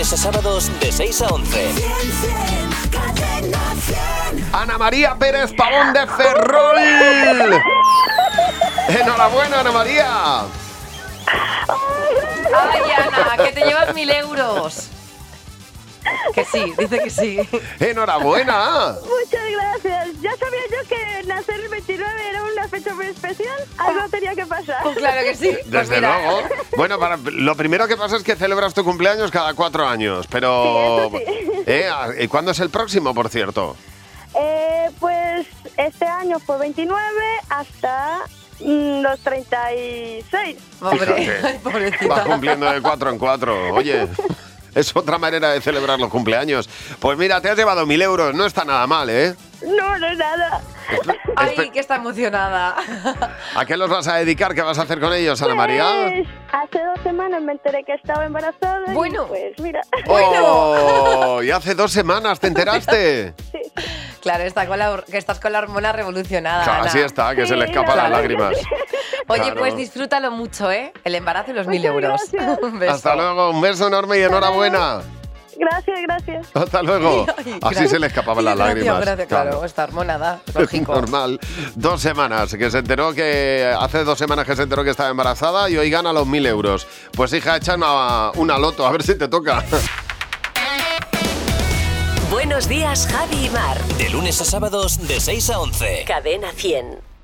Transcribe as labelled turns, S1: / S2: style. S1: a sábados de 6 a 11.
S2: Ana María Pérez Pavón de Ferrol. Enhorabuena, Ana María.
S3: Ay, Ana, que te llevas mil euros. Que sí, dice que sí.
S2: Enhorabuena.
S4: Muchas gracias. Ya sabía yo que nacer el 29 era una fecha muy especial. Algo tenía que pasar.
S3: Pues claro que sí. Pues
S2: Desde
S3: mira.
S2: luego. Bueno, para- lo primero que pasa es que celebras tu cumpleaños cada cuatro años, pero...
S4: Sí, eso sí.
S2: ¿Eh? Ah, ¿Y cuándo es el próximo, por cierto?
S4: Eh, pues este año fue 29 hasta mm, los 36.
S3: Hombre,
S2: Fíjate.
S3: ay, pobrecita.
S2: Vas cumpliendo de cuatro en cuatro. Oye, es otra manera de celebrar los cumpleaños. Pues mira, te has llevado mil euros, no está nada mal, ¿eh?
S4: No, no es nada.
S2: Espe-
S3: Ay,
S2: espe-
S3: que está emocionada.
S2: ¿A qué los vas a dedicar? ¿Qué vas a hacer con ellos, Ana María?
S4: Pues, hace dos semanas me enteré que estaba embarazada. y,
S3: Bueno.
S4: pues mira.
S2: ¡Oh! Y hace dos semanas te enteraste.
S4: Sí.
S3: Claro, está con la, hor- que estás con la hormona revolucionada.
S2: Claro,
S3: Ana.
S2: así está, que se le
S4: Sí,
S2: escapan las
S3: claro.
S2: lágrimas.
S3: Oye,
S2: Claro.
S3: pues disfrútalo mucho, ¿eh? El embarazo y los mil
S4: Muchas
S3: euros.
S4: gracias.
S3: Un beso.
S2: Hasta luego, un beso enorme y enhorabuena.
S4: Gracias, gracias.
S2: Hasta luego.
S3: Ay,
S2: Así
S3: gra-
S2: se le escapaban las
S3: Gracias,
S2: lágrimas.
S3: gracias, claro, está hormonada, lógico.
S2: Normal. Dos semanas, que se enteró que. Hace dos semanas que se enteró que estaba embarazada y hoy gana los mil euros. Pues hija, echa una, una loto, a ver si te toca.
S5: Buenos días, Javi y Mar.
S1: De lunes a sábados de 6 a 11.
S5: Cadena 100.